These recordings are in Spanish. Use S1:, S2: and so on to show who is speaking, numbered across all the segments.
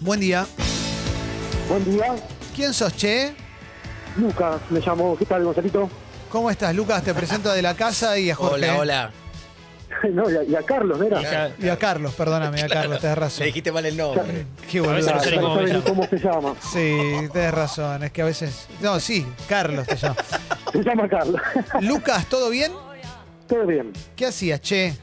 S1: Buen día.
S2: Buen día,
S1: ¿Quién sos, Che?
S2: Lucas, me llamo. ¿Qué tal, Gonzalito?
S1: ¿Cómo estás, Lucas? Te presento a De la Casa y a Jorge.
S3: Hola, hola.
S2: No, y a, y a Carlos, ¿no era?
S4: Claro.
S1: Y a Carlos, perdóname, a Carlos, tenés
S3: Le
S1: razón.
S3: dijiste mal el nombre.
S1: Qué
S4: A veces
S1: boludo.
S4: no
S2: Ya
S4: sé ni
S2: no
S4: cómo me
S2: saben ni
S4: llamo.
S2: cómo se llama.
S1: Sí, tenés razón, es que a veces... No, sí, Carlos te llamo.
S2: Se llama Carlos.
S1: Lucas, ¿todo bien?
S2: Todo bien.
S1: ¿Qué hacías, Che?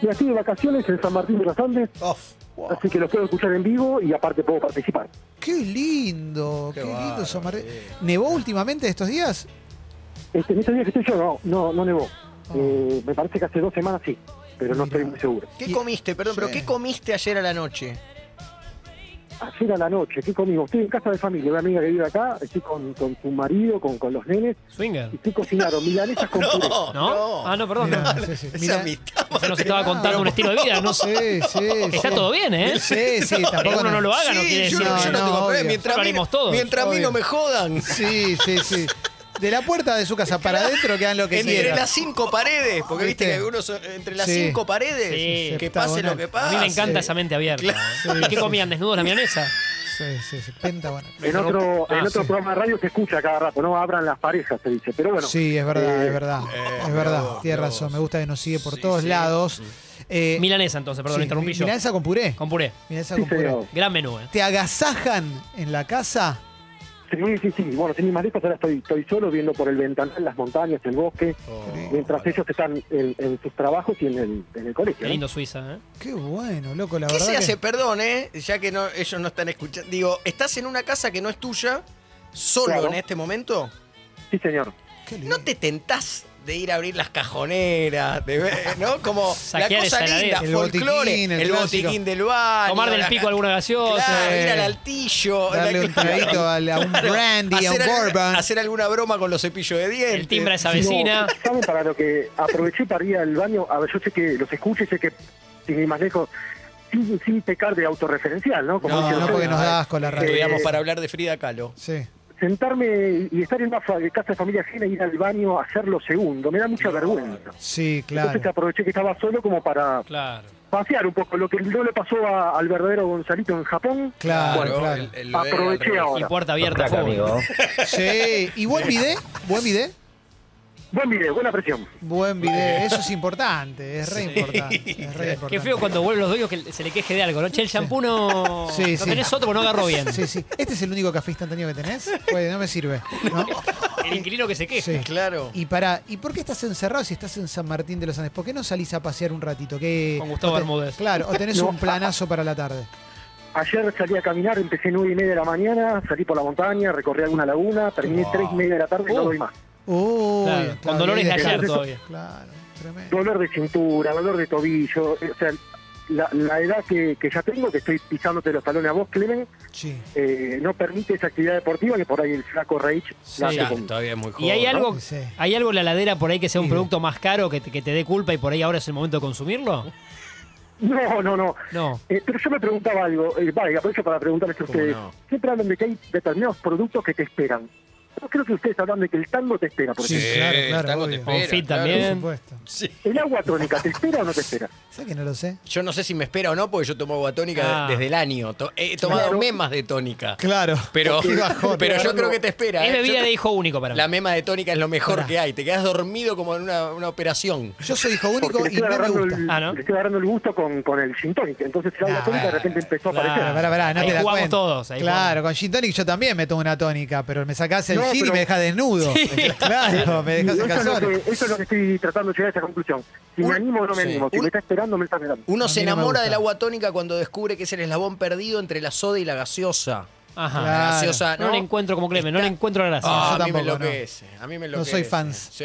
S2: Y así de vacaciones en San Martín de los Andes,
S3: Off. Wow.
S2: así que los puedo escuchar en vivo y aparte puedo participar.
S1: Qué lindo, qué,
S3: Qué
S1: lindo
S3: bárbaro,
S1: San Martín.
S3: sí.
S1: ¿Nevó últimamente estos días?
S2: Este, en estos días que estoy yo, no, no, no nevó. Eh, me parece que hace dos semanas sí, pero no estoy muy seguro.
S3: ¿Qué comiste? Perdón, pero
S1: Sí.
S3: ¿qué comiste ayer a la noche?
S2: Ayer a la noche, ¿qué conmigo? Estoy en casa de familia, una amiga que vive acá, estoy con, con su marido, con, con los nenes,
S4: Swinger.
S2: y estoy cocinaron milanesas con puré.
S4: ¿No? Ah, no, perdón.
S1: Mirá,
S4: no.
S1: sí, sí.
S3: Esa
S1: Mirá-
S3: amistad.
S4: O sea, nos
S3: madre.
S4: estaba contando un estilo de vida. No sé.
S1: Sí, sí,
S4: Está
S1: sí.
S4: todo bien, ¿eh?
S1: Sí, sí,
S4: Que
S1: tampoco
S4: uno no lo
S3: Sí,
S4: haga no quiere
S3: yo,
S4: decir.
S3: yo no,
S1: No,
S3: tengo
S1: no,
S3: problema.
S1: obvio.
S3: Mientras,
S4: Lo
S3: a mí,
S4: haremos todos.
S3: mientras a mí
S1: Obvio.
S3: no me jodan.
S1: Sí, sí, sí. De la puerta de su casa para adentro quedan lo que
S3: Entre
S1: quieran.
S3: las cinco paredes, porque viste
S1: ¿Viste?
S3: que uno so- entre las
S1: Sí.
S3: cinco paredes,
S4: Sí.
S3: que pase lo que
S1: Heptagonal.
S3: pase.
S4: A mí me encanta esa mente abierta.
S1: Ah, Claro.
S4: ¿Y qué comían? ¿Desnudos la milanesa?
S1: Sí, sí, sí. Pentágono.
S2: En otro,
S4: Ah,
S2: en otro
S1: sí.
S2: programa de radio se escucha cada rato, no abran las parejas, se dice. Pero bueno,
S1: Sí, es verdad,
S2: eh,
S1: es verdad.
S3: eh,
S1: es
S3: mirá
S1: verdad,
S3: vos,
S1: tienes
S3: mirá
S1: razón.
S3: vos.
S1: Me gusta que nos sigue por
S3: Sí,
S1: todos
S3: sí. Mm.
S1: lados. Eh,
S4: Milanesa, entonces, perdón,
S1: sí,
S4: le interrumpí yo.
S1: milanesa con puré.
S4: Con puré.
S1: Milanesa
S2: sí,
S1: con puré.
S2: señor.
S4: Gran menú, ¿eh?
S1: ¿Te agasajan en la casa?
S2: Sí, sí, sí. Bueno, sin ir más lejos, ahora estoy, estoy solo viendo por el ventanal las montañas, el bosque,
S1: Oh,
S2: eh, mientras ellos están en, en sus trabajos y en el, en el colegio.
S4: Qué
S2: ¿no?
S4: lindo Suiza, ¿eh?
S1: Qué bueno, loco, la
S3: ¿Qué
S1: verdad.
S3: se
S1: que-
S3: hace? Perdón, ¿eh? Ya que no, ellos no están escuchando. Digo, ¿estás en una casa que no es tuya, solo
S2: Claro.
S3: en este momento?
S2: Sí, señor.
S1: Qué lindo.
S3: ¿No te tentás de ir a abrir las cajoneras? de ver, ¿no? Como la
S4: Saquear
S3: cosa
S4: esa
S3: linda,
S4: heladera.
S1: El
S3: folclore,
S1: botiquín, el
S3: el,
S1: clásico.
S3: botiquín del
S1: Ah,
S3: bar.
S4: Tomar del pico alguna gaseosa.
S3: Claro,
S1: eh,
S3: ir al altillo.
S1: darle
S3: la-
S1: un traguito al- a un brandy, a un
S3: hacer al-
S1: bourbon.
S3: Hacer alguna broma con los cepillos de dientes.
S4: El timbre a esa
S2: No,
S4: vecina.
S2: ¿Saben para lo que aproveché para ir al baño? A ver, yo sé que los escucho y sé que, sin ir más lejos, sin, sin pecar de autorreferencial, ¿no?
S1: No,
S2: dicen
S1: no,
S2: ustedes.
S1: porque nos da asco la radio.
S3: Estudiamos
S2: Eh,
S3: para hablar de Frida Kahlo.
S1: Sí.
S2: Sentarme y estar en una fa- casa de familia ajena y ir al baño a hacer lo segundo, me da mucha vergüenza.
S1: Sí,
S2: Entonces
S1: claro.
S2: aproveché que estaba solo como para
S4: Claro.
S2: pasear un poco lo que no le pasó a- al verdadero Gonzalito en Japón.
S1: Claro,
S3: Bueno,
S1: claro.
S3: el- el-
S2: Aproveché
S4: Y
S2: ahora.
S4: puerta abierta, full.
S1: Sí. ¿Y buen video? ¿Buen video?
S2: Buen video, buena presión.
S1: Buen video. Eso es importante, es re importante. Es re
S4: Qué
S1: importante.
S4: feo cuando vuelven los dueños que se le queje de algo, ¿no? Che, el shampoo no.
S1: Sí,
S4: no
S1: sí.
S4: tenés otro porque no agarró bien.
S1: Sí, sí. ¿Este es el único café instantáneo que tenés? Pues no me sirve. ¿no?
S4: El inquilino que se queja.
S1: Sí.
S3: Claro.
S1: Y para, ¿y por qué estás encerrado si estás en San Martín de los Andes? ¿Por qué no salís a pasear un ratito? ¿Qué-
S4: Con Gustavo
S1: o te-
S4: Bermúdez.
S1: Claro, o tenés
S2: No.
S1: un planazo para la tarde.
S2: Ayer salí a caminar, empecé nueve y media de la mañana, salí por la montaña, recorrí alguna laguna, terminé tres y media de la tarde, no
S4: Uh.
S2: doy más.
S1: Uy,
S4: Claro, con dolores de
S1: ahí
S4: ayer
S1: después-
S4: todavía.
S1: Claro, tremendo.
S2: Dolor de cintura, dolor de tobillo, eh, o sea, la, la edad que, que ya tengo, que estoy pisándote los talones a vos, Clemen,
S1: Sí.
S2: eh, no permite esa actividad deportiva que por ahí el flaco Reich la hace
S4: Ya,
S2: con-
S3: todavía es muy
S4: Y hay algo,
S1: Sí.
S4: hay algo en la ladera por ahí que sea un
S1: Sí.
S4: producto más caro que te, que te dé culpa y por ahí ahora es el momento de consumirlo.
S2: No, no, no.
S4: No.
S2: Eh, pero yo me preguntaba algo, eh, vale, aprovecho para preguntarles a
S3: ¿Cómo
S2: ustedes,
S3: no?
S2: siempre hablan de que hay determinados productos que te esperan. Yo creo que ustedes hablan de que el tango te espera, por
S1: Sí,
S2: ejemplo.
S1: claro,
S3: el
S1: claro,
S3: tango
S1: obvio.
S3: te espera, claro.
S4: Confit
S1: Por
S4: también. Bien.
S1: supuesto.
S2: ¿El agua tónica te espera o no te espera?
S1: ¿Sabes que no lo sé?
S3: Yo no sé si me espera o no, porque yo tomo agua tónica
S4: Ah.
S3: desde el año. To- He tomado
S2: Claro.
S3: memas de tónica.
S1: Claro.
S3: Pero,
S1: Qué bajón.
S3: pero yo creo que te espera.
S4: Es
S3: ¿eh?
S4: bebida
S3: Yo-
S4: de hijo único para mí.
S3: La mema de tónica es lo mejor
S1: Pará.
S3: que hay. Te quedas dormido como en una, una operación.
S1: Yo soy hijo
S2: Porque
S1: único
S2: le
S1: y
S2: estoy,
S1: no me
S2: agarrando
S1: gusta.
S2: el,
S4: Ah, ¿no?
S2: le estoy agarrando el gusto con, con el gin tonic. Entonces el agua
S1: Ah,
S2: tónica de repente empezó a
S4: claro,
S1: Pará,
S2: aparecer.
S1: pará, pará, no
S4: Ahí
S1: te la
S4: jugamos
S1: cuento.
S4: todos, ahí
S1: claro, con gin tonic yo también me tomo una tónica, pero me sacás el
S2: No,
S1: gin y
S2: pero-
S1: me dejas desnudo. Claro, me
S2: Y
S1: dejas en
S2: eso, es lo
S1: calzones.
S2: que, eso es lo que estoy tratando de llegar a esa conclusión. Si
S3: Un-
S2: me animo o no me
S3: sí.
S2: animo. Si
S3: Un-
S2: me está esperando, me está esperando.
S3: Uno
S1: A
S3: se
S1: mí no me
S3: enamora
S1: gusta.
S3: del agua tónica cuando descubre que es el eslabón perdido entre la soda y la gaseosa.
S4: Ajá.
S3: La
S1: Claro.
S3: gaseosa,
S4: No,
S3: ¿no?
S4: le encuentro como Clemen, no le
S3: Está-
S4: encuentro la gracia.
S3: Ah,
S1: yo
S3: a mí me
S1: tampoco, no.
S3: enloquece. A mí me
S1: No
S3: enloquece.
S1: soy fans.
S3: Sí.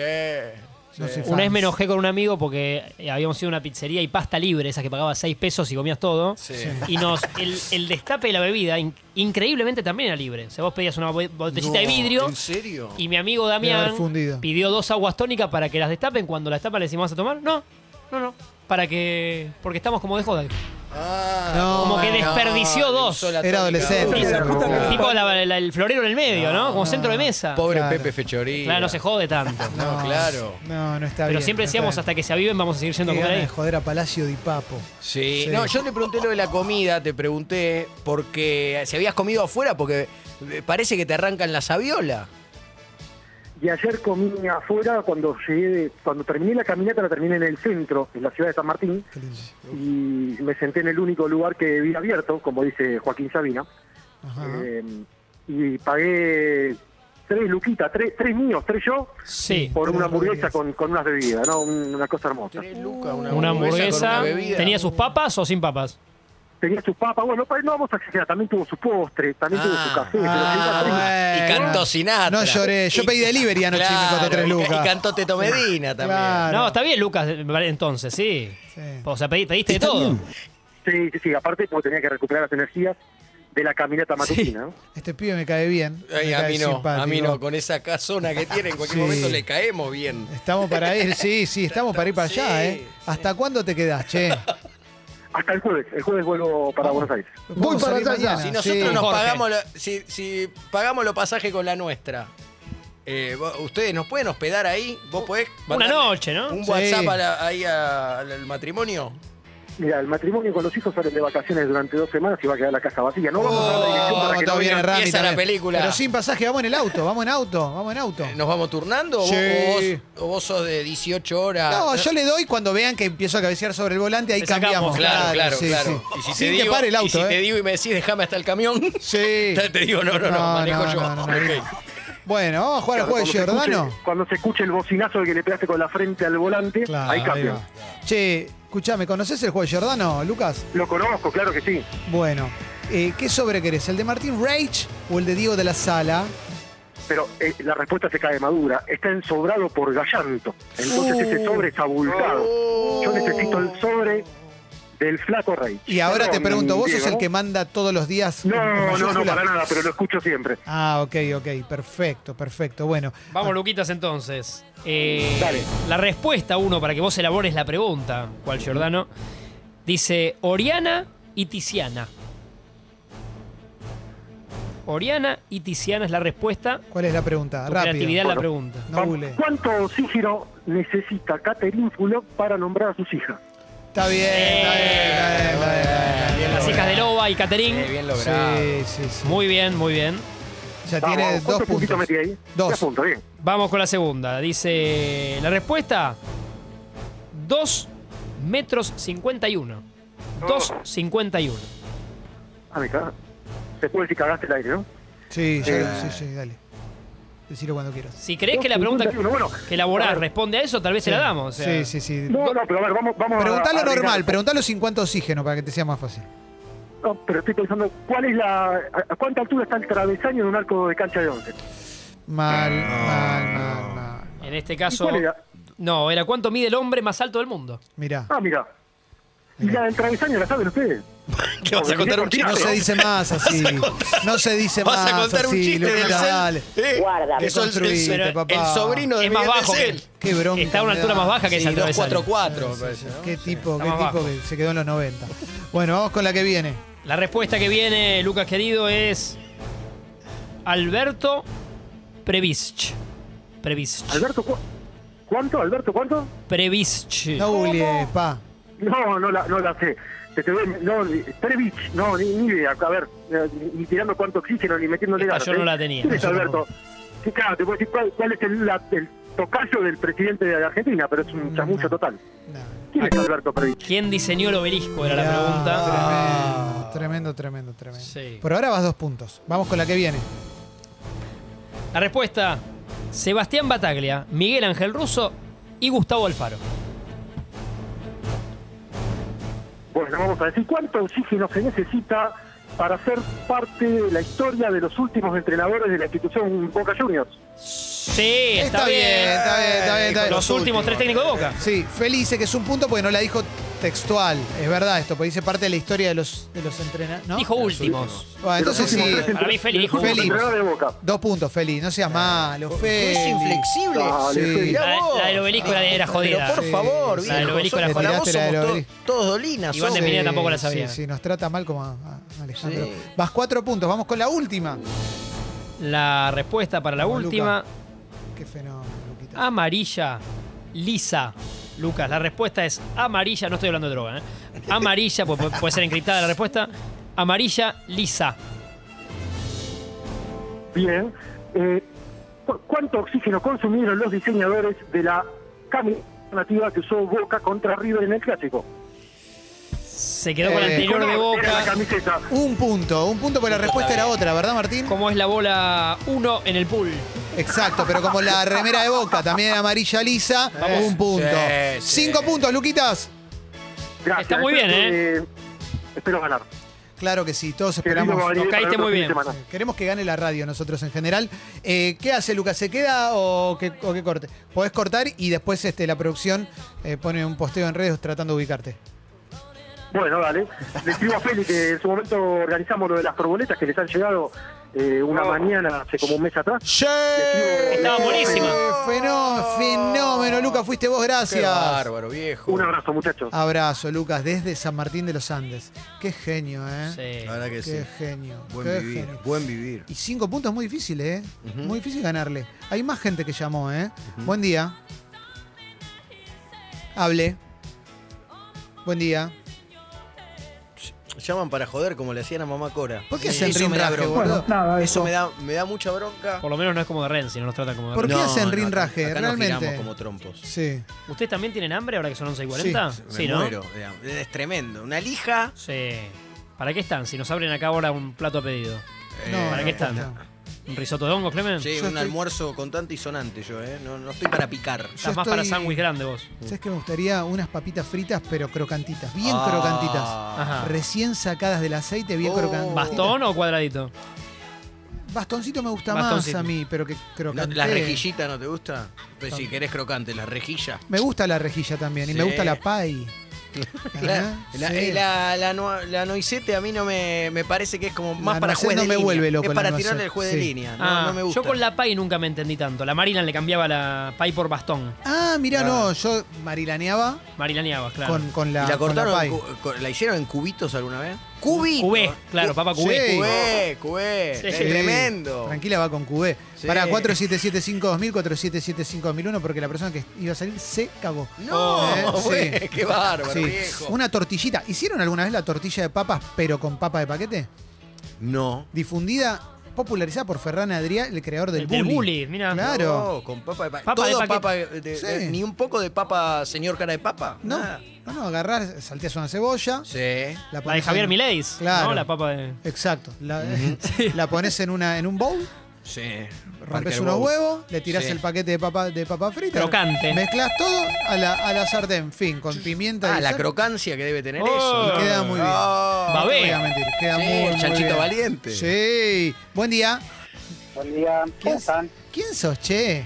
S1: No
S3: sí.
S1: soy fan.
S4: Una vez me enojé con un amigo porque habíamos ido a una pizzería y pasta libre, esas que pagabas 6 pesos y comías todo.
S3: Sí.
S4: Y nos, el, el destape de la bebida, in- increíblemente también era libre. O sea, vos pedías una bo- botellita de
S3: No,
S4: vidrio
S3: ¿En serio?
S4: y mi amigo
S1: Debe
S4: Damián
S1: haber fundido.
S4: pidió dos aguas tónicas para que las destapen. Cuando las tapan le decimos, ¿vas a tomar? No, no, no. Para que. Porque estamos como de joda.
S3: Ah,
S1: No.
S4: Como que
S3: bueno,
S4: desperdició dos.
S3: insolatorio.
S1: Era adolescente.
S2: Hizo-
S1: se recuperó.
S4: Tipo la- la- el florero en el medio, ¿no? Como centro de mesa.
S3: Pobre
S1: Claro.
S3: Pepe Fechoría.
S4: Claro, no se jode tanto.
S3: No, claro.
S1: No, no está bien.
S4: Pero siempre decíamos hasta que se aviven vamos a seguir yendo a
S1: que
S4: comer ahí.
S1: joder a Palacio de Papo.
S3: Sí.
S1: Sí.
S3: No, yo te pregunté lo de la comida, te pregunté porque eh, si habías comido afuera, porque eh, parece que te arrancan la saviola.
S2: Y ayer comí afuera cuando llegué, de- cuando terminé la caminata, la terminé en el centro, en la ciudad de San Martín,
S1: Qué lindo.
S2: y me senté en el único lugar que vi abierto, como dice Joaquín Sabina,
S1: Ajá.
S2: eh, y pagué tres luquitas, tres, tres míos, tres yo,
S4: Sí.
S2: por
S1: Tres
S2: una hamburguesa
S1: hamburguesas.
S2: con, con unas bebidas, ¿no? Un- una cosa hermosa.
S4: Una hamburguesa. ¿Tenía sus papas o sin papas?
S2: Tenía sus papas, bueno, pa- no vamos a exagerar, también tuvo su postre, también tuvo
S1: Ah.
S2: su café, pero tenía tres-
S1: bueno.
S3: Ah. y cantó Sinatra.
S1: No lloré, yo
S3: Y-
S1: pedí delivery anoche y me costó tres
S3: y ca-
S1: lucas.
S3: Y cantó Teto Medina también.
S1: Claro.
S4: No, está bien, Lucas, me parece, entonces, sí.
S1: Sí.
S4: O sea, pedi- pediste de todo.
S2: Sí, sí, sí, aparte porque tenía que recuperar las energías de la caminata matutina, ¿no?
S1: Este pibe me cae bien.
S3: Ay,
S1: me
S3: a
S1: cae
S3: mí no, a mí
S1: simpático.
S3: no, con esa casona que tiene, en cualquier
S1: Sí.
S3: momento le caemos bien.
S1: Estamos para ir, sí, sí, estamos para ir para
S3: Sí,
S1: allá, ¿eh? ¿Hasta cuándo te quedás, che?
S2: Hasta el jueves, el jueves vuelvo
S1: Ah.
S2: para Buenos Aires.
S1: Voy para allá.
S3: Si nosotros nos
S4: Jorge.
S3: pagamos, lo- si, si pagamos los pasajes con la nuestra, eh, vos- ustedes nos pueden hospedar ahí, vos podés mandarle
S4: noche, ¿no?
S3: Un
S1: Sí.
S3: WhatsApp a la- ahí a- al matrimonio.
S2: Mira, el matrimonio con los hijos salen de vacaciones durante dos semanas y va a quedar la casa vacía. No vamos a dar la dirección
S1: Oh,
S2: para que no
S3: bien
S2: vean.
S3: Rami empieza la película.
S1: Pero sin pasaje, vamos en el auto, vamos en auto, vamos en auto.
S3: Eh, ¿Nos vamos turnando? o
S1: Sí.
S3: vos- o, vos, o vos sos de 18 horas?
S1: No, yo le doy cuando vean que empiezo a cabecear sobre el volante, ahí
S4: Te sacamos,
S1: cambiamos.
S3: Claro, claro,
S1: sí,
S3: claro.
S1: sí.
S3: Y si
S1: Sin
S3: te
S1: que
S3: digo,
S1: pare el
S3: y si
S1: auto,
S3: te
S1: ¿eh?
S3: digo y me decís, déjame hasta el camión,
S1: Sí.
S3: te digo, no, no, no, manejo yo.
S1: no, no, no.
S3: Ok.
S1: Bueno, vamos a jugar al juego
S2: Claro,
S1: de
S2: cuando se
S1: Giordano.
S2: escuche- cuando se escuche el bocinazo de que le pegaste con la frente al volante,
S1: Claro,
S2: ahí
S1: ahí
S2: cambia.
S1: va. Che, escuchame, ¿conoces el juego de Giordano, Lucas?
S2: Lo conozco, claro que sí.
S1: Bueno, eh, ¿qué sobre querés? ¿El de Martín Reich o el de Diego de la Sala?
S2: Pero eh, la respuesta se cae madura. Está ensobrado por Gallanto.
S1: Oh.
S2: Entonces ese sobre es abultado. Yo necesito el sobre del flaco rey.
S1: Y ahora te
S2: Perdón,
S1: pregunto, ¿vos sos
S2: Diego.
S1: el que manda todos los días? en- en
S2: No, no, no,
S1: mayúscula?
S2: para nada, pero lo escucho siempre.
S1: Ah, ok, ok, perfecto, perfecto. Bueno,
S4: Vamos, Luquitas, entonces. Eh,
S2: Dale.
S4: La respuesta, uno, para que vos elabores la pregunta, cual Giordano, dice Oriana y Tiziana. Oriana y Tiziana es la respuesta.
S1: ¿cuál es la pregunta?
S4: Tu
S1: Rápido.
S4: creatividad en la
S2: Bueno.
S4: pregunta.
S1: No bule.
S2: ¿Cuánto oxígeno necesita Catherine Fulop para nombrar a sus hijas?
S1: Está bien, está bien, está bien, está bien, está bien.
S4: Las hijas de Loba y
S3: Eh,
S4: Caterín.
S3: bien logrado.
S1: Sí, sí, sí.
S4: Muy bien, muy bien.
S1: Ya
S2: Vamos,
S1: tiene
S2: ¿cuántos
S1: dos puntos.
S2: puntitos metí ahí?
S1: Dos.
S2: Tres puntos, bien.
S4: Vamos con la segunda. Dice la respuesta: 2 metros 51. 2,51.
S2: Ah, me cagaste. Después si cagaste el aire, ¿no?
S1: Sí, ya,
S2: Eh.
S1: sí, sí, dale. Decilo cuando quieras.
S4: Si crees que la pregunta
S2: 2.51, bueno.
S4: que elaborás
S2: A ver,
S4: responde a eso, tal vez se la damos. o sea.
S1: Sí, sí, sí.
S2: No, no, pero a ver, vamos, vamos a-
S1: Preguntalo
S2: a arriesgar.
S1: normal, preguntalo sin cuánto oxígeno para que te sea más fácil.
S2: No, pero estoy pensando, ¿cuál es la, a, a cuánta altura está el travesaño en un arco de cancha de once?
S1: Mal, mal, mal, mal.
S4: En este caso.
S2: ¿Y cuál era?
S4: No, era cuánto mide el hombre más alto del mundo.
S1: Mirá.
S2: Ah, mira. ¿Y la del travesaño la saben ustedes?
S3: ¿Qué vas a contar un chiste?
S1: No se dice más así. No se dice más
S3: Vas
S1: así.
S3: a contar un chiste del
S1: Luquita,
S3: cel.
S1: dale.
S3: Eh,
S5: Guárdame.
S3: Eso el,
S1: Construiste,
S3: el- el
S1: papá.
S3: sobrino de
S4: Es más
S3: Miguel
S4: bajo
S3: de
S4: que-
S3: Cel.
S1: Qué bronca.
S4: Está a una
S1: me
S4: altura
S1: da.
S4: más baja
S3: Sí,
S4: que esa altura.
S3: 244, me parece, ¿no?
S1: Qué tipo,
S4: Está
S1: qué
S4: más
S1: tipo
S4: bajo.
S1: que se quedó en los 90. Bueno, vamos con la que viene.
S4: La respuesta que viene, Lucas querido, es. Alberto Previsch. Previsch.
S2: Alberto, ¿cu- ¿cuánto? ¿Alberto, cuánto?
S4: Previsch.
S1: No googlees, pa.
S2: No, no la, no la sé. Te, te voy- no, ni- Trevich, no, ni, ni idea. A ver, eh, ni, ni tirando cuánto oxígeno, ni metiéndole
S4: Esta
S2: ganas.
S4: yo
S2: ¿eh?
S4: no la tenía.
S2: ¿Quién es
S1: Yo
S2: Alberto? Sí, claro, te puedo decir cuál, cuál es el, la- el tocayo del presidente de la Argentina, pero es
S4: Mm.
S2: un chamucho total.
S1: No.
S2: ¿Quién es Alberto Trevich?
S4: ¿Quién diseñó el obelisco? Era la
S1: Mirá,
S4: pregunta.
S1: Tremendo, tremendo, tremendo, tremendo.
S4: Sí.
S1: Por ahora vas dos puntos. Vamos con la que viene.
S4: La respuesta: Sebastián Bataglia, Miguel Ángel Russo y Gustavo Alfaro.
S2: Bueno, vamos a decir cuánto oxígeno se necesita para ser parte de la historia de los últimos entrenadores de la institución Boca Juniors.
S4: Sí, está,
S1: Está bien, está bien, está bien, está bien.
S4: Los últimos tres técnicos de Boca.
S1: Sí, Feli dice que es un punto porque no la dijo textual. Es verdad esto, porque dice parte de la historia de los, de los entrenadores.
S4: Dijo
S1: Bueno,
S4: últimos.
S1: Ah, entonces sí.
S4: Para mí, Feli dijo
S1: Feli.
S4: últimos.
S2: Entrenador de Boca.
S1: Dos puntos, Feli. No seas malo, Feli.
S3: Es inflexible.
S2: Dale,
S1: Sí.
S2: Feli.
S1: Mirá
S4: La- la del obelisco era- era jodida.
S3: Pero por
S1: Sí,
S3: favor,
S1: sí.
S4: La del
S3: viejo,
S4: obelisco era
S3: somos-
S1: jodida.
S3: para vos
S1: Tiraste la
S3: somos
S1: del
S3: to-
S1: obelisco.
S3: todos dolinas.
S4: Iván de
S1: Sí,
S3: somos.
S4: Pineda tampoco la sabía.
S1: Sí, sí, nos trata mal como a, a Alejandro.
S3: Sí.
S1: Vas cuatro puntos, vamos con la última.
S4: La respuesta para la
S1: Vamos,
S4: última,
S1: Luca. Qué fenómeno, Luquita.
S4: Ah. amarilla, lisa. Lucas, la respuesta es amarilla, no estoy hablando de droga, ¿eh? Amarilla, pu- pu- puede ser encriptada la respuesta. Amarilla, lisa.
S2: Bien. Eh, ¿cu- ¿Cuánto oxígeno consumieron los diseñadores de la camisa alternativa que usó Boca contra River en el Clásico?
S4: Se quedó con la
S1: Eh,
S4: anterior de
S2: Color Era la
S4: boca.
S2: camiseta.
S1: Un punto, un punto porque la respuesta era otra, ¿verdad, Martín?
S4: Como es la bola 1 en el pool.
S1: Exacto, pero como la remera de boca también era amarilla lisa,
S4: Eh,
S3: Vamos.
S1: un punto.
S3: Sí, sí.
S1: Cinco puntos, Luquitas.
S2: Gracias.
S4: Está muy bien, ¿eh?
S2: Espero que- Espero ganar.
S1: Claro que sí, todos
S2: Querido
S1: esperamos.
S2: Gabriel,
S4: Tocaíste
S2: para el
S4: muy
S2: fin de
S4: bien.
S2: semana.
S1: Queremos que gane la radio nosotros en general. Eh, ¿Qué hace Lucas? ¿Se queda o qué, o qué corte? Podés cortar y después este, la producción eh, pone un posteo en redes tratando de ubicarte.
S2: Bueno, dale. Le escribo a Feli que en su momento organizamos lo de las proboletas que les han llegado eh, una
S6: Oh.
S2: mañana hace como un mes atrás.
S4: Estaba Ah, buenísima.
S1: Fenómeno, Eh, fenómeno, Lucas, fuiste vos,
S3: Qué
S1: gracias.
S3: bárbaro, viejo.
S2: Un abrazo, muchachos.
S1: Abrazo, Lucas, desde San Martín de los Andes. Qué genio, ¿eh?
S4: Sí.
S3: La verdad que
S1: Qué
S3: sí.
S1: genio.
S3: Buen
S1: qué
S3: vivir,
S1: genio.
S3: buen vivir.
S1: Y cinco puntos muy difícil, ¿eh? Muy difícil ganarle. Hay más gente que llamó, ¿eh? Buen día. Hable. Buen día.
S3: Llaman para joder como le hacían a mamá Cora.
S1: ¿Por qué
S3: Sí,
S1: hacen
S3: eso me da
S1: rinraje,
S3: bronca.
S1: boludo?
S5: Nada,
S3: Eso me da, me da mucha bronca.
S4: Por lo menos no es como de Ren, sino nos tratan como de
S1: ¿Por
S4: Renzi.
S1: qué hacen
S3: acá-
S1: rinraje?
S3: acá
S1: Realmente.
S3: Nos giramos como trompos.
S1: Sí.
S4: ¿Ustedes también tienen hambre ahora que son 11 y 40?
S1: Sí,
S4: Sí,
S3: Me
S4: ¿no?
S3: muero. digamos. Es tremendo. Una lija.
S4: Sí. ¿Para qué están? Si nos abren acá ahora un plato a pedido.
S3: eh,
S1: No,
S4: ¿Para
S1: no,
S4: qué están?
S1: no.
S4: ¿Un risotto de hongos, Clemen?
S3: Sí,
S1: Yo
S3: un
S1: estoy-
S3: almuerzo contante y sonante yo, ¿eh? No, no estoy para picar.
S1: Yo
S4: Estás más para
S1: estoy-
S4: sándwich grande vos.
S1: ¿Sabes qué? Me gustaría unas papitas fritas, pero crocantitas. Bien
S3: Ah.
S1: crocantitas.
S4: Ajá.
S1: Recién sacadas del aceite, bien
S3: Oh.
S1: crocantitas.
S4: ¿Bastón o cuadradito?
S1: Bastoncito me gusta
S4: Bastoncito.
S1: más a mí, pero que
S3: No,
S1: crocante.
S3: ¿Las rejillitas no te gusta? Pues si querés crocante, las rejillas.
S1: Me gusta la rejilla también y
S3: Sí.
S1: me gusta la pay.
S3: La, la,
S1: sí.
S3: la, la no- la noisette a mí no me, me parece que es como más
S1: La
S3: para
S1: noisette
S3: juez de
S1: no me
S3: línea.
S1: vuelve loco,
S3: es
S1: la
S3: para
S1: noisette,
S3: tirarle el juez de
S1: sí.
S3: línea. No,
S4: Ah,
S3: no me gusta.
S4: Yo con la pay nunca me entendí tanto. La Marilan le cambiaba la pay por bastón.
S1: Ah, mirá, no, yo marilaneaba
S4: Marilaneaba, claro.
S1: con, con la,
S3: ¿Y la
S1: con la
S3: cortaron? en
S1: pay.
S3: cu- con- ¿La hicieron en cubitos alguna vez? ¡Cubitos!
S4: Cubé, claro, papá cubé.
S1: Sí.
S3: Cubé, cubé.
S4: Sí.
S3: Es
S1: Sí.
S3: tremendo.
S1: Tranquila, va con QB.
S3: Sí.
S1: Para 4775-2000, 4775-2001, porque la persona que iba a salir se cagó.
S3: No,
S1: Eh, sí.
S3: güey, qué bárbaro,
S1: Sí.
S3: viejo.
S1: Una tortillita. ¿Hicieron alguna vez la tortilla de papas, pero con papa de paquete?
S3: No.
S1: Difundida, popularizada por Ferran Adrià, el creador del
S4: El del
S1: bully.
S4: bully, mira.
S1: Claro.
S3: No, con papa de pa-
S4: Papa de
S3: Todo
S4: paquete.
S3: papa de- de-
S1: Sí.
S3: de- Ni un poco de papa, señor cara de papa.
S1: No,
S3: Nada.
S1: no, no, agarrás, salteas una cebolla.
S3: Sí.
S4: La de
S1: pones
S4: Javier
S1: en-
S4: Mileis.
S1: Claro.
S4: ¿no? La papa de.
S1: Exacto. La, la pones en, una, en un bowl,
S3: Sí.
S1: rompes unos huevos, le tirás
S3: Sí.
S1: el paquete de papa, de papa frita.
S4: Crocante.
S1: Mezclas todo a la, a la sartén, fin, con pimienta
S3: Ah,
S1: y
S3: la
S1: sal.
S3: crocancia que debe tener
S4: Oh.
S3: eso.
S1: Y queda muy bien.
S3: Ah.
S1: No te
S4: Babé.
S1: voy a mentir, queda
S3: Sí,
S1: muy, muy bien.
S3: chanchito valiente.
S1: Sí. Buen día.
S6: Buen día,
S1: ¿Quién,
S6: ¿cómo están?
S1: quién sos, che?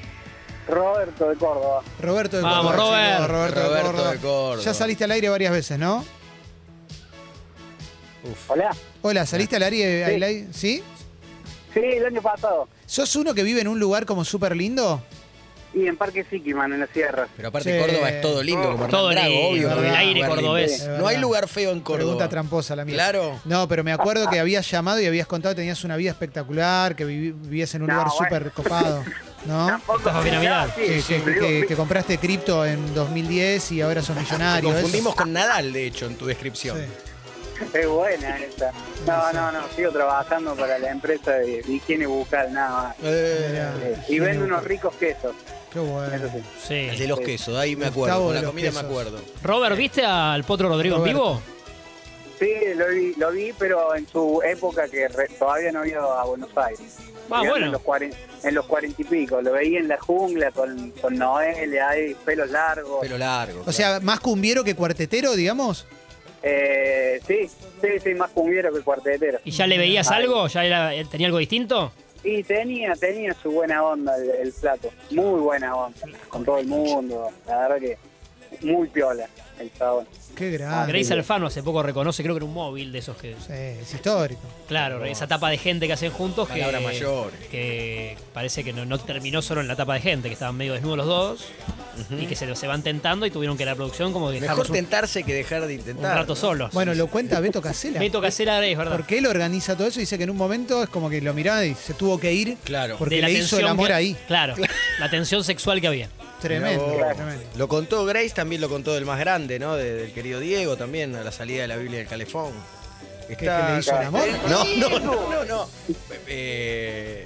S6: Roberto de Córdoba.
S1: Roberto de
S4: Vamos,
S1: Córdoba,
S4: Robert.
S1: chicos, Roberto,
S3: Roberto
S1: de, Córdoba.
S3: de Córdoba.
S1: Ya saliste al aire varias veces, ¿no?
S6: Hola.
S1: Hola, ¿saliste al aire? al aire? ¿Sí?
S6: Sí, el año pasado.
S1: ¿Sos uno que vive en un lugar como súper lindo?
S6: Y en Parque Siquiman, en la sierra.
S3: Pero aparte
S1: Sí.
S3: Córdoba es todo lindo, como
S4: Todo
S3: Hernán Drago,
S4: lindo,
S3: obvio.
S1: el
S3: que es un
S4: aire
S3: lugar
S4: cordobés.
S3: lindo.
S1: Es
S3: No hay
S1: verdad.
S3: lugar feo en Córdoba.
S1: Pregunta tramposa la mía.
S3: Claro.
S1: No, pero me acuerdo que habías llamado y habías contado que tenías una vida espectacular, que vivi- vivías en un
S6: No,
S1: lugar
S6: bueno.
S1: súper copado, ¿no?
S4: Estás a Navidad.
S6: No,
S1: Que,
S6: sí,
S1: que-
S6: pero
S1: que-
S6: digo,
S1: que compraste cripto en 2010 y ahora sos
S3: Te
S1: millonario. ¿eso?
S3: confundimos con Nadal, de hecho, en tu descripción.
S1: Sí.
S6: Es buena esa. No, no, no, sigo trabajando para la empresa de higiene bucal, nada más.
S3: Eh,
S1: Mirá,
S6: Y
S1: genio.
S6: vendo unos ricos quesos,
S1: Qué bueno.
S6: eso sí.
S3: el de
S4: Sí.
S3: los quesos, ahí me
S1: Gustavo
S3: acuerdo.
S1: de
S3: Con la
S1: los
S3: comida me
S1: quesos.
S3: acuerdo.
S4: Robert, ¿viste al Potro Rodrigo en
S1: Roberto.
S4: vivo?
S6: Sí, lo vi, lo vi, pero en su época que re- todavía no había ido a Buenos Aires.
S4: Ah,
S6: Digamos,
S4: bueno.
S6: En los, cuaren- en los cuarenta y pico. Lo veía en la jungla con, con Noelia, ahí, pelos largos.
S3: Pelo largo.
S1: O sea, más cumbiero que cuartetero, digamos.
S6: Eh, sí, sí, sí, más cumbiero que cuartetero.
S4: ¿Y ya le veías
S6: Ay.
S4: algo? ¿Ya era- tenía algo distinto?
S6: Y tenía, tenía su buena onda el, el plato, muy buena onda, con todo el mundo, la verdad que muy piola el chabón.
S1: Qué grande.
S4: Ah, Grace Alfano hace poco reconoce, creo que era un móvil de esos que.
S1: Ah, Sí, es histórico.
S4: Claro, esa tapa de gente que hacen juntos que.
S3: Palabras mayores.
S4: Que parece que no, no terminó solo en la tapa de gente, que estaban medio desnudos los dos y que se, lo- se van tentando y tuvieron que la producción como que
S3: Mejor
S4: dejarlos un,
S3: tentarse que dejar de
S4: un
S3: intentar.
S4: rato
S3: ¿no?
S4: solos.
S1: Bueno, lo cuenta Beto Casela.
S4: Beto Casera es verdad.
S1: Porque él organiza todo eso y dice que en un momento es como que lo miraba y se tuvo que ir.
S3: Claro.
S1: Porque
S4: De la
S1: le hizo el
S4: tensión
S1: amor
S4: que-
S1: ahí.
S4: Claro, la tensión sexual que había.
S1: Tremendo,
S3: Mirá vos.
S1: tremendo.
S3: Lo contó Grace, también lo contó del más grande, ¿no? De- del querido Diego también, a la salida de la Biblia del Calefón.
S1: que le hizo el amor?
S3: No, no, no, no, no. Eh,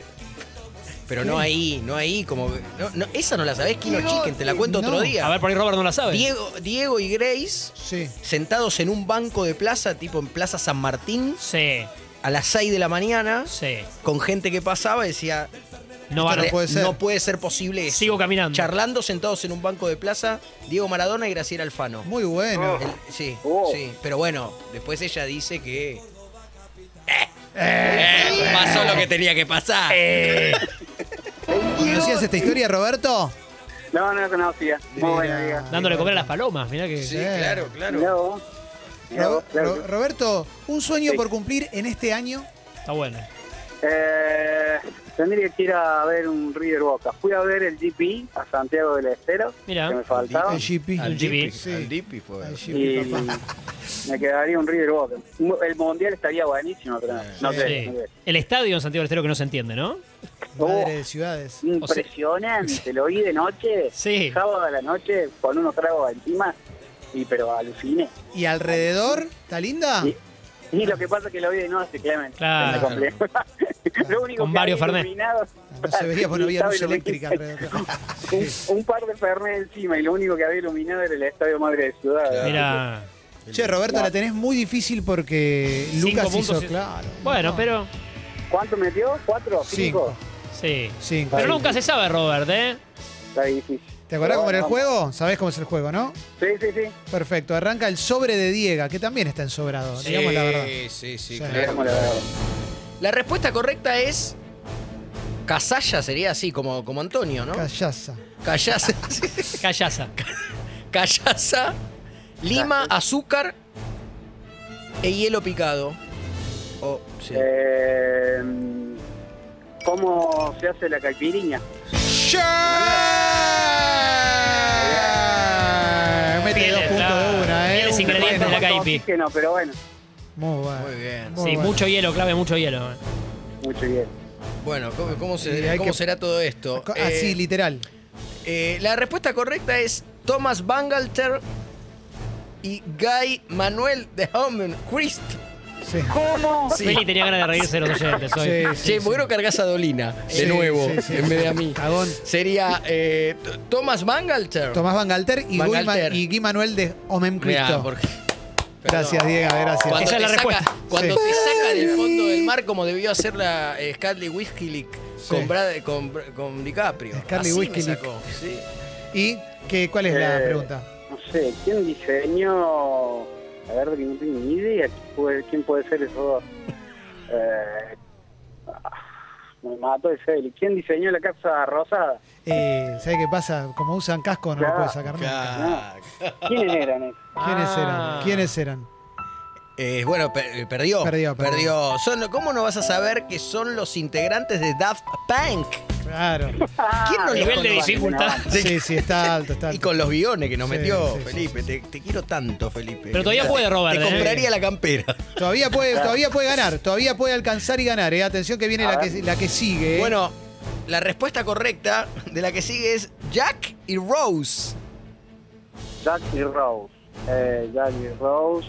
S3: pero no ahí, no ahí, como. no, no, esa no la sabés, Kino Chicken, te la cuento
S1: no.
S3: otro
S4: A
S3: día.
S4: ver, por ahí Robert no la sabe.
S3: Diego, Diego y Grace
S1: Sí.
S3: sentados en un banco de plaza, tipo en Plaza San Martín,
S4: Sí,
S3: a las 6 de la mañana,
S4: sí.
S3: con gente que pasaba y decía,
S4: No van
S1: no
S4: a
S3: "Re-
S1: puede ser".
S3: no puede ser posible eso".
S4: Sigo caminando.
S3: Charlando sentados en un banco de plaza, Diego Maradona y Graciela Alfano.
S1: Muy bueno.
S3: El- sí,
S6: Oh.
S3: sí. Pero bueno, después ella dice que. eh, eh, pasó lo que tenía que pasar.
S1: Eh. ¿Conocías esta historia, Roberto?
S6: No, no lo conocía. Muy buena, diga.
S4: Dándole comer a las palomas, mirá que.
S3: sí, claro, claro.
S6: Mirá vos. Mirá
S1: Ro-
S6: vos, claro
S1: Ro- Roberto, un sueño
S6: Sí.
S1: por cumplir en este año.
S4: Está bueno.
S6: Eh, tendría que ir a ver un River Boca. Fui a ver el GP a Santiago del Estero,
S4: Mirá.
S6: que me faltaba.
S1: El GP.
S4: Al GP.
S1: Sí.
S5: Al Dipi fue.
S1: Al
S6: Y
S1: GP, papá.
S6: me quedaría un River Boca. Un- El mundial estaría buenísimo, pero no, no
S4: Sí.
S6: sé. no sé.
S4: El estadio en Santiago del Estero que no se entiende, ¿no?
S1: Madre de ciudades.
S4: O sea-
S6: Impresionante, lo vi de noche,
S4: Sí.
S6: sábado a la noche, con unos tragos encima, y pero aluciné.
S1: ¿Y alrededor? ¿Está linda?
S6: Y, y lo que pasa es que lo vi de noche, Clemente.
S4: Claro.
S6: Se me complicó. lo único
S4: Con
S6: que
S4: varios
S6: había
S4: Fernet.
S6: iluminado-
S1: No se veía porque no había
S6: estaba
S1: luz eléctrica
S6: iluminado-
S1: alrededor.
S6: un, un par de Fernet encima, y lo único que había iluminado era el Estadio Madre de Ciudad.
S4: Mirá.
S1: Che, Roberto, la tenés muy difícil porque
S4: Cinco
S1: Lucas hizo,
S4: puntos y-
S1: claro.
S4: Bueno,
S1: No.
S4: pero.
S6: ¿Cuánto metió? ¿Cuatro?
S1: Cinco.
S6: ¿Cinco?
S4: Sí.
S1: Cinco.
S4: Pero nunca se sabe, Robert, ¿eh?
S6: Está difícil.
S1: ¿Te acordás cómo era el
S6: No, no.
S1: juego? Sabés cómo es el juego, ¿no?
S6: Sí, sí, sí.
S1: Perfecto. Arranca el sobre de Diega, que también está en sobrado, digamos la verdad.
S5: Sí, sí, sí,
S1: Sí.
S5: claro.
S6: Como la verdad.
S3: La respuesta correcta es. Casalla sería así, como, como Antonio, ¿no?
S1: Callaza.
S3: Callaza.
S4: Callaza.
S3: Callaza, lima, azúcar e hielo picado. Oh, sí.
S6: Eh, ¿Cómo se hace la caipiriña?
S1: Eh, Mete dos
S4: Ah, Tiene,
S1: puntos
S4: claro.
S1: de una, ¿eh?
S4: Tiene los
S1: Uh,
S4: ingredientes
S1: bueno.
S4: de la caipi.
S6: Que no, pero bueno,
S1: Muy bueno.
S3: Muy bien.
S1: Muy
S4: sí,
S1: bueno.
S4: mucho hielo, clave, mucho hielo. eh.
S6: mucho bien.
S3: Bueno, ¿cómo, cómo se-
S1: Sí, hay
S3: cómo
S1: que-
S3: será todo esto?
S1: Co-
S3: Eh,
S1: Así, literal.
S3: eh, la respuesta correcta es Thomas Bangalter y Guy Manuel de Hommen Christ.
S1: Sí.
S6: ¿Cómo?
S3: Sí.
S4: Feli tenía ganas de reírse de los oyentes hoy.
S1: Sí, sí,
S3: che, ¿por qué
S1: sí.
S3: no cargas a Dolina? De
S1: Sí,
S3: nuevo,
S1: sí, sí,
S3: en
S1: sí.
S3: vez de a mí.
S1: Cagón.
S3: Sería eh, T- Thomas Bangalter.
S1: Tomás Van Galter y,
S3: Van
S1: Guy Ma-
S3: Galter.
S1: y Guy Manuel de Omen
S3: Mirá,
S1: Cristo.
S3: porque-
S1: Gracias, Diega, gracias.
S3: Cuando
S4: Esa es
S3: te
S4: la respuesta.
S3: Saca, cuando
S1: Sí.
S3: te saca del fondo del mar, como debió hacer la eh, Scarlett Wikileak
S1: Sí.
S3: con, Brad- con, con DiCaprio.
S1: Scarlett
S3: Así me
S1: Wikileak.
S3: sacó, sí.
S1: ¿Y qué, cuál es la
S6: Eh,
S1: pregunta?
S6: No sé, ¿quién diseñó? A ver, que no tengo ni idea. ¿Quién puede, quién puede ser eso? dos? Eh, ah, me mató el Feli. ¿Quién diseñó la casa rosada?
S1: Eh, ¿Sabes qué pasa? Como usan casco, no lo
S6: Claro.
S1: puedes sacar nunca.
S3: Clac.
S6: ¿Quiénes eran? esos?
S1: ¿Quiénes
S4: Ah.
S1: eran? ¿Quiénes eran?
S3: Eh, bueno, per- eh, perdió.
S1: Perdió, perdió.
S3: Son- ¿Cómo no vas a saber que son los integrantes de Daft Punk?
S1: Claro.
S3: ¿Quién no los
S4: Ah, Nivel de
S3: conoce?
S4: dificultad.
S1: Sí, sí, está alto, está
S3: Y
S1: alto.
S3: con los guiones que nos
S1: Sí,
S3: metió,
S1: sí, sí,
S3: Felipe. Te, te quiero tanto, Felipe.
S4: Pero todavía
S3: Mira,
S4: puede,
S3: te-
S4: Robert,
S3: Te
S4: ¿eh?
S3: compraría la campera.
S1: Todavía puede, todavía puede ganar, todavía puede alcanzar y ganar. eh. Atención que viene
S6: A
S1: la
S6: ver.
S1: que, la que sigue. eh.
S3: Bueno, la respuesta correcta de la que sigue es Jack y Rose.
S6: Jack y Rose. Eh, Jack y Rose.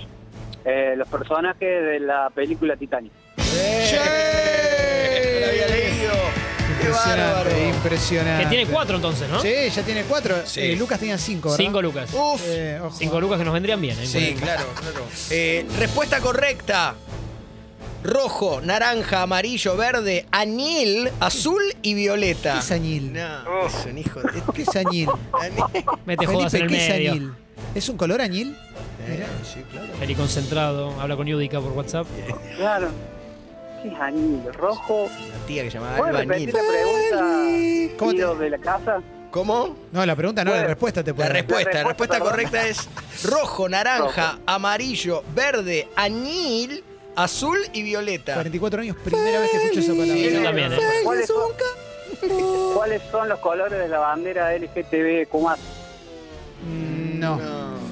S6: Eh, los personajes de la película Titanic.
S1: ¡Che!
S3: Lo había leído. Qué bárbaro.
S1: Impresionante, impresionante.
S4: Que tiene cuatro entonces, ¿no?
S1: Sí, ya tiene cuatro.
S3: Sí.
S1: Eh, Lucas tenía cinco, ¿verdad?
S4: Cinco lucas.
S3: Uf.
S1: Eh, ojo.
S4: Cinco lucas que nos vendrían bien. ¿eh?
S3: Uh. Sí, claro, claro. Eh, respuesta correcta. Rojo, naranja, amarillo, verde, añil, azul y
S1: ¿Qué
S3: violeta.
S1: es añil?
S3: No, es un hijo de... este
S1: ¿Qué es añil?
S3: Añil.
S4: Mete jodas en el
S1: ¿qué es
S4: medio.
S1: añil? ¿Es un color añil?
S3: Eh, sí, claro.
S4: Feli concentrado, habla con Yudica por WhatsApp.
S6: Claro. ¿Qué es anillo? ¿Rojo?
S3: Una tía que llamaba
S6: ¿Puedes
S3: Alba
S6: repetir
S3: Añil.
S6: la pregunta
S1: ¿Cómo te-
S6: tío, de la casa?
S3: ¿Cómo?
S1: No, la pregunta no, la
S6: Bueno,
S1: respuesta te
S3: La
S1: puede dar.
S3: respuesta, la respuesta
S6: respuesta,
S3: correcta es rojo, naranja, amarillo, verde, añil, azul y violeta.
S1: 44 años, primera vez que escucho esa
S4: Sí, yo
S1: palabra.
S4: también, ¿eh?
S6: ¿Cuáles son, ¿Cuáles son los colores de la bandera LGTB?
S1: Mm, No.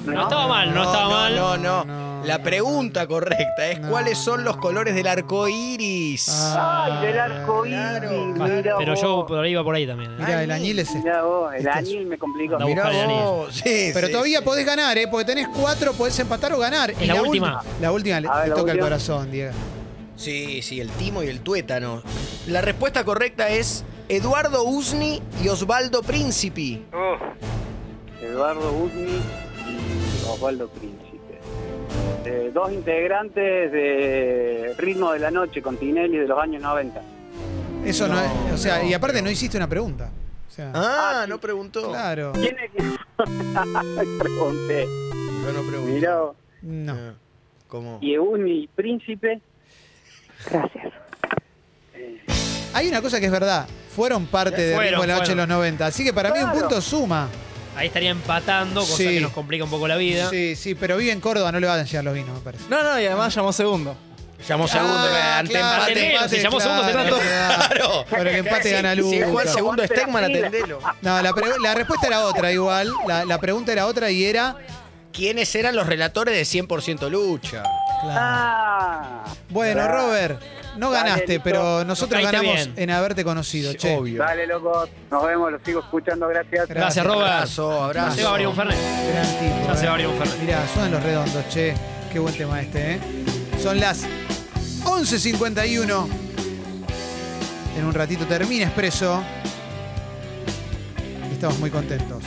S3: No,
S4: No, estaba mal, no, estaba mal.
S3: No, no,
S1: No,
S3: La
S1: no,
S3: pregunta correcta es
S1: No,
S3: cuáles son los
S1: no.
S3: colores del arco iris.
S1: Ah,
S6: ¡Ay, del arco iris!
S3: claro.
S4: Va,
S6: mira
S4: Pero
S6: vos,
S4: yo por ahí iba por ahí también. ¿eh?
S1: Mira, el añil es este.
S6: Mira vos, el
S1: Estás-
S6: añil me complicó.
S4: Andá a buscar el anillo.
S3: vos. Sí,
S1: Pero
S3: sí,
S1: todavía
S3: sí.
S1: podés ganar, ¿eh? Porque tenés cuatro, podés empatar o ganar.
S4: Y la última.
S1: ulti- La última, le
S6: A ver,
S1: le
S6: la
S1: toca el
S6: última.
S1: corazón, Diego.
S3: Sí, sí, el timo y el tuétano. La respuesta correcta es Eduardo Usni y Osvaldo Príncipi.
S6: Eduardo Udni y Osvaldo Príncipe. Eh, dos integrantes de Ritmo de la Noche con Tinelli de los años 90.
S1: Eso no,
S3: No,
S1: es. O sea,
S3: no,
S1: y aparte no hiciste una pregunta. O sea,
S3: Ah,
S6: sí.
S3: no preguntó.
S1: claro.
S6: ¿Quién es que pregunté?
S3: Yo no pregunté.
S6: Mirá, vos.
S1: No.
S3: Ah, ¿Cómo?
S6: y Udni Príncipe. Gracias.
S1: Hay una cosa que es verdad. Fueron parte de
S4: Fueron,
S1: Ritmo de la Noche en
S4: fueron.
S1: los 90. Así que para mí un
S6: Claro.
S1: punto suma.
S4: Ahí estaría empatando, cosa
S1: Sí.
S4: que nos complica un poco la vida.
S1: Sí, sí, pero vive en Córdoba, no le van a llegar los vinos, me parece.
S5: No, no, y además llamó segundo.
S3: Llamó segundo,
S1: Ah,
S3: ante
S1: claro,
S3: empate.
S4: atendelo, si llamó segundo, atendelo.
S3: Claro.
S1: Pero que empate gana
S3: Si- Si
S1: Luca.
S3: juega el segundo
S6: Aguante la
S3: Stegman,
S6: fila.
S3: atendelo.
S1: No, la, pre- la respuesta era otra igual. La, la pregunta era otra y era.
S3: ¿Quiénes eran los relatores de 100% lucha?
S6: Ah,
S1: Bueno,
S6: Ah.
S1: Robert, no
S6: Dale,
S1: ganaste,
S6: listo.
S1: pero nosotros
S4: Nos caíste
S1: ganamos
S4: bien.
S1: en haberte conocido,
S3: Sí,
S1: che.
S3: Obvio.
S6: Dale, loco. Nos vemos, los sigo escuchando. Gracias.
S4: Gracias, Robert.
S3: Abrazo, abrazo.
S4: Se va a abrir un Fernet.
S1: Gran tipo,
S4: Ya se
S1: eh.
S4: va a abrir un Fernet.
S1: Mirá, suenan los redondos, che. Qué buen tema este, ¿eh? Son las 11.51. En un ratito termina Expreso. Estamos muy contentos.